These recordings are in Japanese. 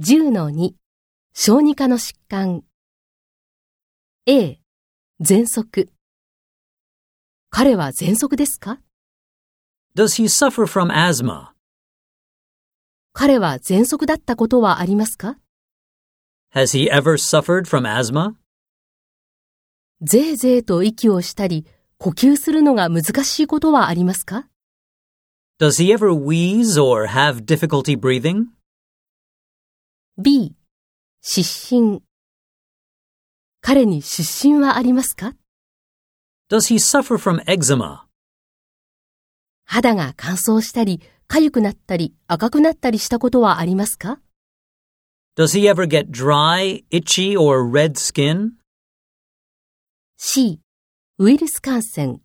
10-2小児科の疾患 A 喘息彼は喘息ですか Does he suffer from asthma? 彼は喘息だったことはありますか Has he ever suffered from asthma? ぜいぜいと息をしたり呼吸するのが難しいことはありますか Does he ever wheeze or have difficulty breathing? B 失神彼に失神はありますか Does he suffer from eczema? 肌が乾燥したり痒くなったり赤くなったりしたことはありますか Does he ever get dry, itchy, or red skin? C ウイルス感染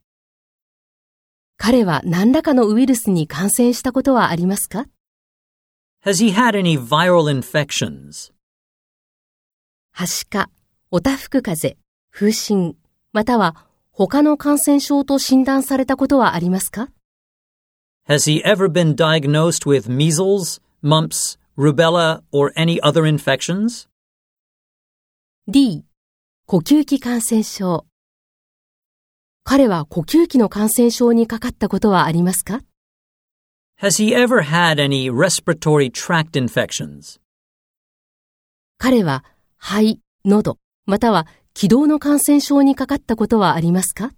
彼は何らかのウイルスに感染したことはありますか Has he had any viral infections? はしか、おたふく風邪、風疹、または他の感染症と診断されたことはありますか Has he ever been diagnosed with measles, mumps, rubella, or any other infections? ?D 呼吸器感染症彼は呼吸器の感染症にかかったことはありますか Has he ever had any respiratory tract infections? 彼は肺、喉、または気道の感染症にかかったことはありますか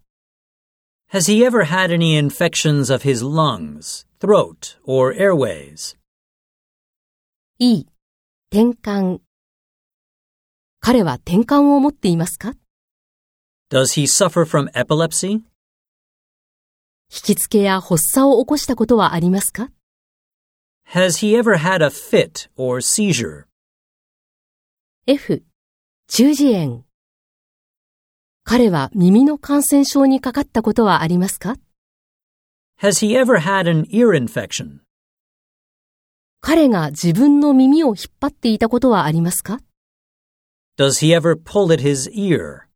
Has he ever had any infections of his lungs, throat, or airways? E 転換彼は転換を持っていますか Does he suffer from epilepsy? 引きつけや発作を起こしたことはありますか Has he ever had a fit or seizure? F、中耳炎。彼は耳の感染症にかかったことはありますか Has he ever had an ear infection? 彼が自分の耳を引っ張っていたことはありますか Does he ever pull at his ear?